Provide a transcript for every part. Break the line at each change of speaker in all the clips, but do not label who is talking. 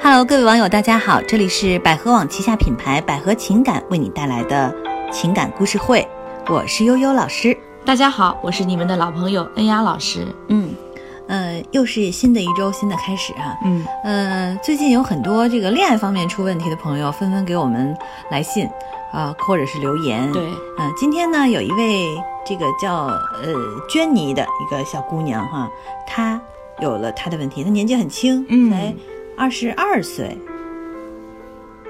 Hello，各位网友，大家好，这里是百合网旗下品牌百合情感为你带来的情感故事会，我是悠悠老师。
大家好，我是你们的老朋友恩雅老师。
嗯，呃，又是新的一周，新的开始哈、
嗯，
呃，最近有很多这个恋爱方面出问题的朋友，纷纷给我们来信啊、或者是留言。
对，
嗯、今天呢，有一位这个叫呃娟妮的一个小姑娘哈，她有了她的问题，她年纪很轻，
嗯
才二十二岁，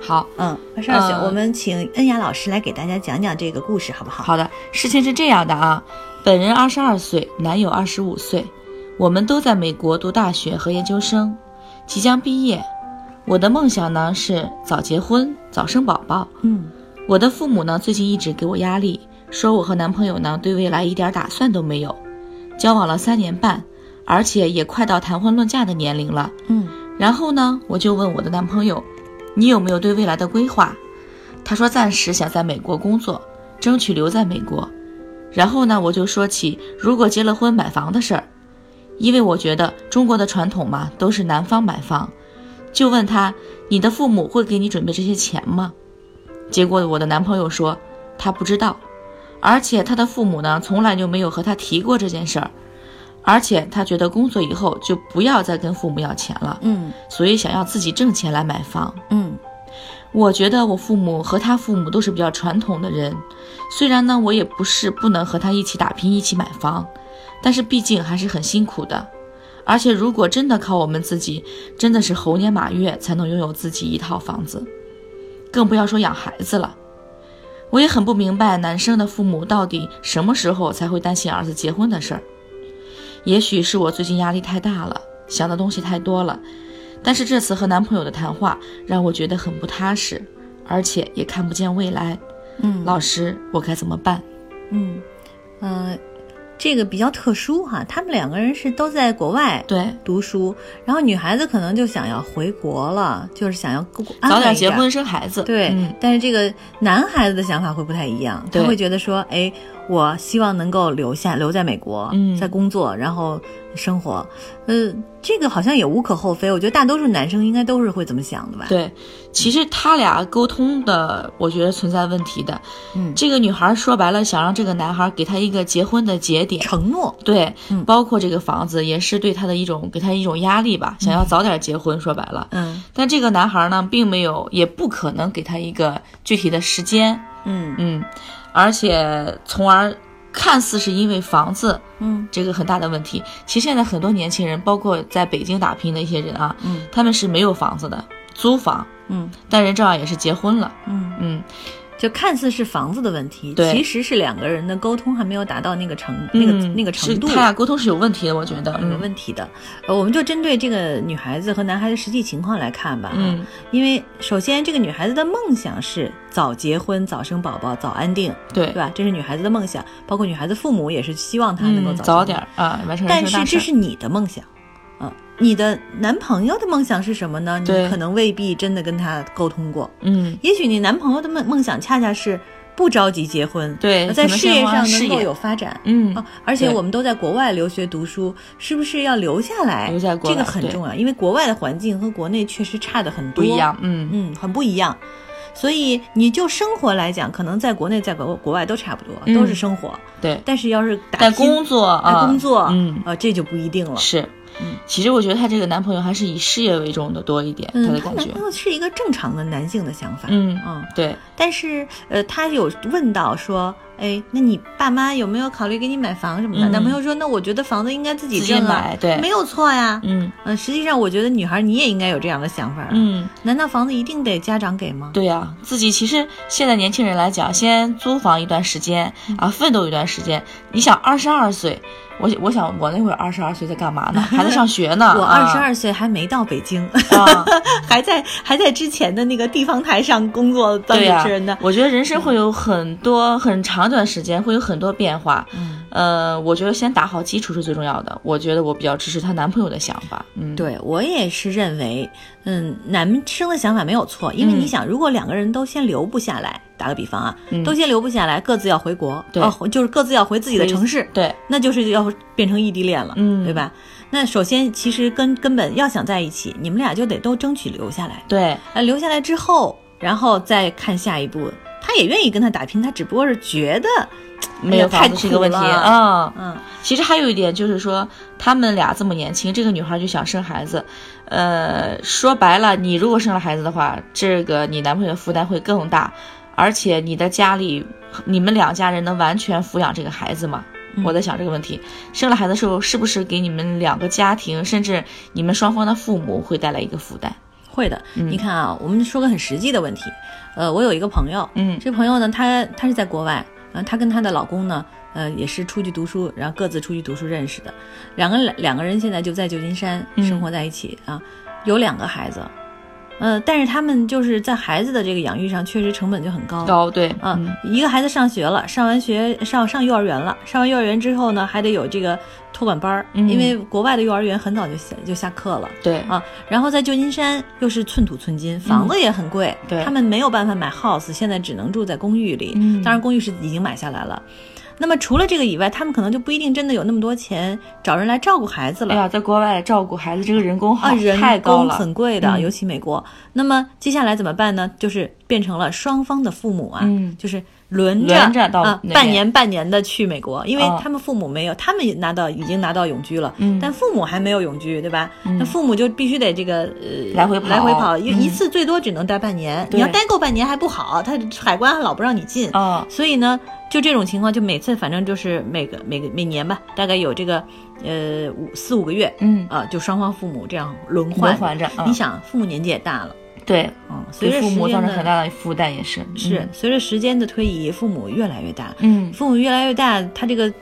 好
嗯，二十二岁。
嗯
我们请恩雅老师来给大家讲讲这个故事，好不好？，
好的，事情是这样的啊，本人二十二岁，男友二十五岁，我们都在美国读大学和研究生，即将毕业。我的梦想呢是早结婚，早生宝宝。
嗯
我的父母呢最近一直给我压力，说我和男朋友呢对未来一点打算都没有，交往了三年半，而且也快到谈婚论嫁的年龄了。
嗯
然后呢，我就问我的男朋友：“你有没有对未来的规划？”他说暂时想在美国工作，争取留在美国。然后呢，我就说起如果结了婚买房的事儿，因为我觉得中国的传统嘛，都是男方买房，就问他：“你的父母会给你准备这些钱吗？”结果我的男朋友说他不知道，而且他的父母呢从来就没有和他提过这件事儿，而且他觉得工作以后就不要再跟父母要钱了。
嗯
所以想要自己挣钱来买房。
嗯
我觉得我父母和他父母都是比较传统的人，虽然呢我也不是不能和他一起打拼、一起买房，但是毕竟还是很辛苦的。而且如果真的靠我们自己，真的是猴年马月才能拥有自己一套房子，更不要说养孩子了。我也很不明白男生的父母到底什么时候才会担心儿子结婚的事儿。也许是我最近压力太大了，想的东西太多了，但是这次和男朋友的谈话让我觉得很不踏实，而且也看不见未来。
嗯，
老师，我该怎么办？
嗯，呃，这个比较特殊哈，他们两个人是都在国外
对，
读书，然后女孩子可能就想要回国了，就是想要过
早点结。
安稳一
婚生孩子。
对，
嗯，
但是这个男孩子的想法会不太一样，他
对
会觉得说，哎，我希望能够留下，留在美国，
嗯
在工作，然后生活，呃，这个好像也无可厚非，我觉得大多数男生应该都是会这么想的吧？，
对，其实他俩沟通的，我觉得存在问题的。
嗯，
这个女孩说白了，想让这个男孩给她一个结婚的节点。
承诺，
对，
嗯
包括这个房子也是对他的一种给他一种压力吧，想要早点结婚。说白了，
嗯
但这个男孩呢，并没有，也不可能给他一个具体的时间。
嗯
嗯，而且从而看似是因为房子
嗯
这个很大的问题，其实现在很多年轻人，包括在北京打拼的一些人啊，
嗯
他们是没有房子的，租房，
嗯
但人照样也是结婚了。
嗯，
嗯，
就看似是房子的问题，
对
其实是两个人的沟通还没有达到那个程、那个
嗯
那个
是
程度，
他俩沟通是有问题的，我觉得。
有
嗯
问题的。呃，我们就针对这个女孩子和男孩子实际情况来看吧。啊，
嗯，
因为首先这个女孩子的梦想是早结婚、早生宝宝、早安定，对
对，
吧？这是女孩子的梦想，包括女孩子父母也是希望她能够
嗯
早
早
生
点儿啊完成人
但
生大
是这
事。
是你的梦想，嗯、你的男朋友的梦想是什么呢？你
对
可能未必真的跟他沟通过。
嗯，
也许你男朋友的梦梦想恰恰是不着急结婚，
对
在事业上能够。
可能先忙事业
有发展。
嗯
啊，而且
对
我们都在国外留学读书，是不是要留下来？
留在国外
这个很重要，因为国外的环境和国内确实差的很多，
不一，样。嗯，
嗯，很不一样。所以你就生活来讲，可能在国内、在国国外都差不多，
嗯
都是生活。
对。
但是要是打
但
拼
工作
哎
啊，
工作，
嗯，
呃，这就不一定了。
是
嗯，
其实我觉得她这个男朋友还是以事业为重的多一点，她
嗯，
的
她
感
男
觉
朋。友是一个正常的男性的想法，
嗯，
嗯，
对，
但是呃，他有问到说，哎，那你爸妈有没有考虑给你买房什么的？
嗯
男朋友说，那我觉得房子应该 自己
自己
挣啊，
买对
没有错呀。嗯、
嗯
实际上我觉得女孩你也应该有这样的想法。，啊
嗯，
难道房子一定得家长给吗？
对呀、啊自己其实现在年轻人来讲，先租房一段时间
嗯
啊，奋斗一段时间。你想，二十二岁，我我想我那会儿二十二岁在干嘛呢？还在上学呢。
我二
啊
十二岁还没到北京，
啊，
还在还在之前的那个地方台上工作当主
对呀、
持人呢。
我觉得人生会有很多很长一段时间会有很多变化。
嗯，
呃，我觉得先打好基础是最重要的。我觉得我比较支持她男朋友的想法。嗯，，
对我也是认为，嗯，男生的想法没有错，因为你
嗯
想，如果两个人都先留不下来，打个比方啊，
嗯
都先留不下来，各自要回国，
对
哦，就是各自要回自己的城市，
对，
那就是要变成异地恋了，
嗯
对吧？那首先，其实根根本要想在一起，你们俩就得都争取留下来。
对，
呃，留下来之后，然后再看下一步。他也愿意跟他打拼，他只不过是觉得
没有房
哎太
子是一个问题
苦了
啊。
嗯，
其实还有一点就是说，他们俩这么年轻，这个女孩就想生孩子，呃，说白了，你如果生了孩子的话，这个你男朋友负担会更大，而且你的家里，你们两家人能完全抚养这个孩子吗？
嗯
我在想这个问题，生了孩子的时候是不是给你们两个家庭，甚至你们双方的父母会带来一个负担？
会的。
嗯
你看啊，我们说个很实际的问题。呃，我有一个朋友，
嗯
这朋友呢，她她是在国外，呃，她跟她的老公呢，呃，也是出去读书，然后各自出去读书认识的，两个两个人现在就在旧金山
嗯
生活在一起、啊，有两个孩子，呃，但是他们就是在孩子的这个养育上，确实成本就很高。
嗯高对，
啊，一个孩子上学了，上完学上上幼儿园了，上完幼儿园之后呢，还得有这个托管班儿，
嗯
因为国外的幼儿园很早就下就下课了。
对，
啊，然后在旧金山又是寸土寸金，房子也很贵，
嗯对
他们没有办法买 house，现在只能住在公寓里。
嗯
当然，公寓是已经买下来了。那么除了这个以外，他们可能就不一定真的有那么多钱找人来照顾孩子了。
哎呀，在国外照顾孩子这个人工好、
啊，人
太高
工
了，
很贵的，
嗯
尤其美国。那么接下来怎么办呢？就是变成了双方的父母啊，
嗯
就是轮着
轮着到
啊
那，边
半年半年的去美国，因为
哦
他们父母没有，他们也拿到已经拿到永居了，
嗯
但父母还没有永居，对吧？
嗯
那父母就必须得这个呃
来回跑
来回跑，一、
嗯
一次最多只能待半年，
对
你要待够半年还不好，他海关还老不让你进。
啊、
所以呢，就这种情况，就每次反正就是每个每个每年吧，大概有这个呃五四五个月，
嗯，
啊，就双方父母这样轮换。
轮换着，啊
你想，父母年纪也大了，
对，
嗯，随
对
着
父
时
母造
间
成很
的
大的嗯负担也是，
是随着时间的推移，父母越来越大，
嗯，嗯，
父母越来越大，他这个嗯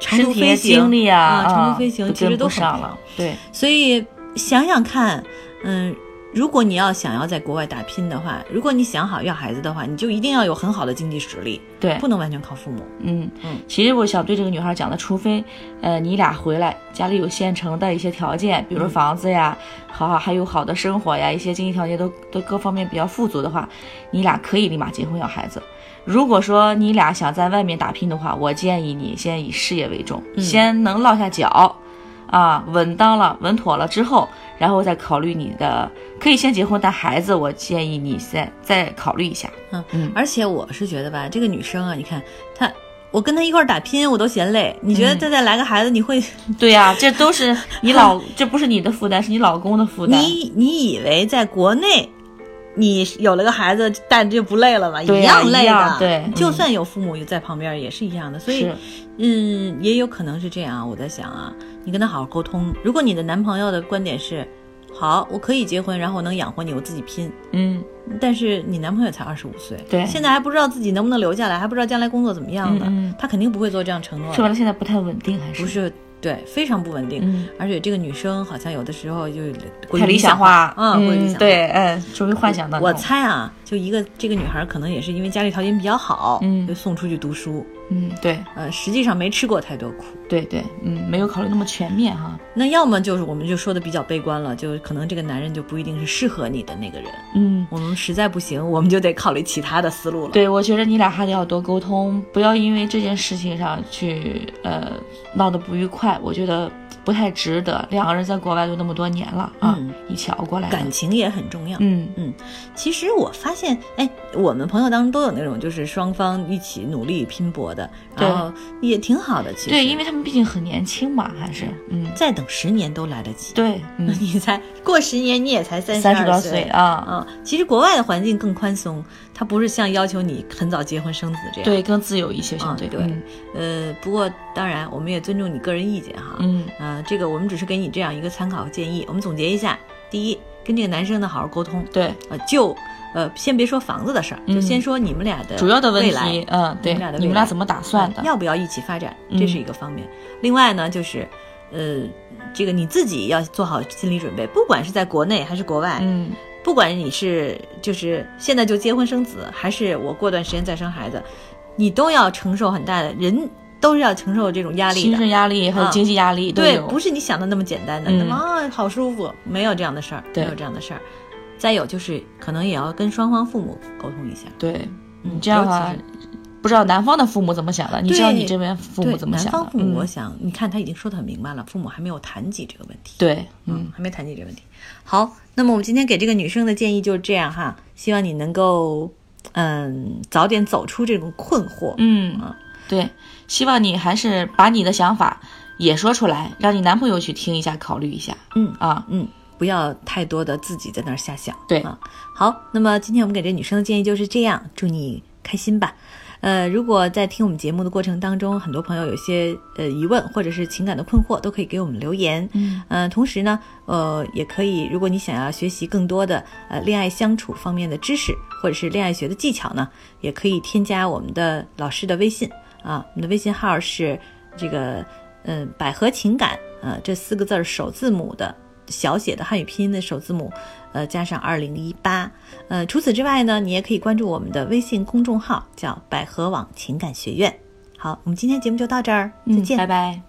长
身
途
体的
飞行
经历啊，
啊，长
啊
途飞行其
跟
实
不
都很
上
累
了，，对，
所以想想看，嗯。如果你要想要在国外打拼的话，如果你想好要孩子的话，你就一定要有很好的经济实力，
对
不，能完全靠父母。
嗯
嗯，
其实我想对这个女孩讲的，除非，呃，你俩回来家里有现成的一些条件，比如说
嗯
房子呀，好好还有好的生活呀，一些经济条件都都各方面比较富足的话，你俩可以立马结婚要孩子。如果说你俩想在外面打拼的话，我建议你先以事业为重，
嗯
先能落下脚，啊，稳当了、稳妥了之后，然后再考虑你的，可以先结婚，但孩子我建议你先再考虑一下。
而且我是觉得吧，这个女生啊，你看她，我跟她一块儿打拼，我都嫌累。你觉得
嗯
再再来个孩子，你会
对呀、这都是你老，这不是你的负担，是你老公的负担。
你你以为在国内，你有了个孩子，但就不累了吗？
对呀
样累
一
的
样，对
就
嗯
算有父母在旁边，也是一样的。所以
是，
嗯，也有可能是这样啊。我在想啊，你跟他好好沟通。如果你的男朋友的观点是，好，我可以结婚，然后我能养活你，我自己拼。
嗯
但是你男朋友才二十五岁，
对
现在还不知道自己能不能留下来，还不知道将来工作怎么样的，
嗯嗯
他肯定不会做这样承诺的。
说白了现在不太稳定，还是
不？是对，非常不稳定。
嗯
而且这个女生好像有的时候就过于
太理想化，
啊，过于理想化。
对，嗯，属于幻想当中。
我猜啊，就一个这个女孩可能也是因为家里条件比较好，
嗯
就送出去读书，
嗯，对
呃，实际上没吃过太多苦。
对对，嗯，没有考虑那么全面哈。
那要么就是我们就说的比较悲观了，就可能这个男人就不一定是适合你的那个人。
嗯，
我们实在不行，我们就得考虑其他的思路了。
对，我觉得你俩还得要多沟通，不要因为这件事情上去呃闹得不愉快，我觉得不太值得。两个人在国外都那么多年了啊
嗯，
一起熬过来了
感情也很重要。
嗯
其实我发现，哎，我们朋友当中都有那种就是双方一起努力拼搏的，
对
然后也挺好的。其实
对，因为他们毕竟很年轻嘛，还是嗯，
再等十年都来得及。
对，嗯，
你才过十年，你也才三
三十
十
多岁
岁。
啊，
啊、其实国外的环境更宽松，它不是像要求你很早结婚生子这样。，
对，更自由一些，相
啊
嗯对
对呃，不过当然，我们也尊重你个人意见哈。
嗯
呃，这个我们只是给你这样一个参考建议。我们总结一下：第一，跟这个男生呢好好沟通，
对，
呃，就呃，先别说房子的事儿，就
嗯
先说你们俩的
主要的问
未来
题，嗯，对
你们俩的，
你
未
们俩
来
怎么打算的？
要不要一起发展，
嗯
这是一个方面。另外呢，就是，呃，这个你自己要做好心理准备，不管是在国内还是国外，
嗯，
不管你是就是现在就结婚生子，还是我过段时间再生孩子，你都要承受很大的人都是要承受这种压力
精
的
神。压力还有
啊
经济压力都
对，
有
不是你想的那么简单的，
嗯
那么啊好舒服，没有这样的事儿，没
对
有这样的事儿。再有就是，可能也要跟双方父母沟通一下，
对，
嗯
你这样的话啊
尤其是，
不知道南方的父母怎么想的，你知道你这边父母
对
怎么
南
想
方
的？
父母，
嗯
我想你看他已经说的很明白了，父母还没有谈及这个问题。
对，
嗯
嗯，，
还没谈及这个问题。好，那么我们今天给这个女生的建议就是这样哈，希望你能够，嗯，早点走出这种困惑。
嗯，对，希望你还是把你的想法也说出来，让你男朋友去听一下，考虑一下。
嗯
啊，
嗯，不要太多的自己在那儿瞎想。
对
啊，好，那么今天我们给这女生的建议就是这样，祝你开心吧。呃，如果在听我们节目的过程当中，很多朋友有些呃疑问或者是情感的困惑，都可以给我们留言。
嗯，
呃，同时呢，呃，也可以，如果你想要学习更多的呃恋爱相处方面的知识，或者是恋爱学的技巧呢，也可以添加我们的老师的微信啊，我们的微信号是这个嗯、百合情感呃这四个字儿首字母的小写的汉语拼音的首字母，呃加上二零一八，呃除此之外呢，你也可以关注我们的微信公众号叫百合网情感学院。好，我们今天节目就到这儿，再
嗯
见。
拜拜。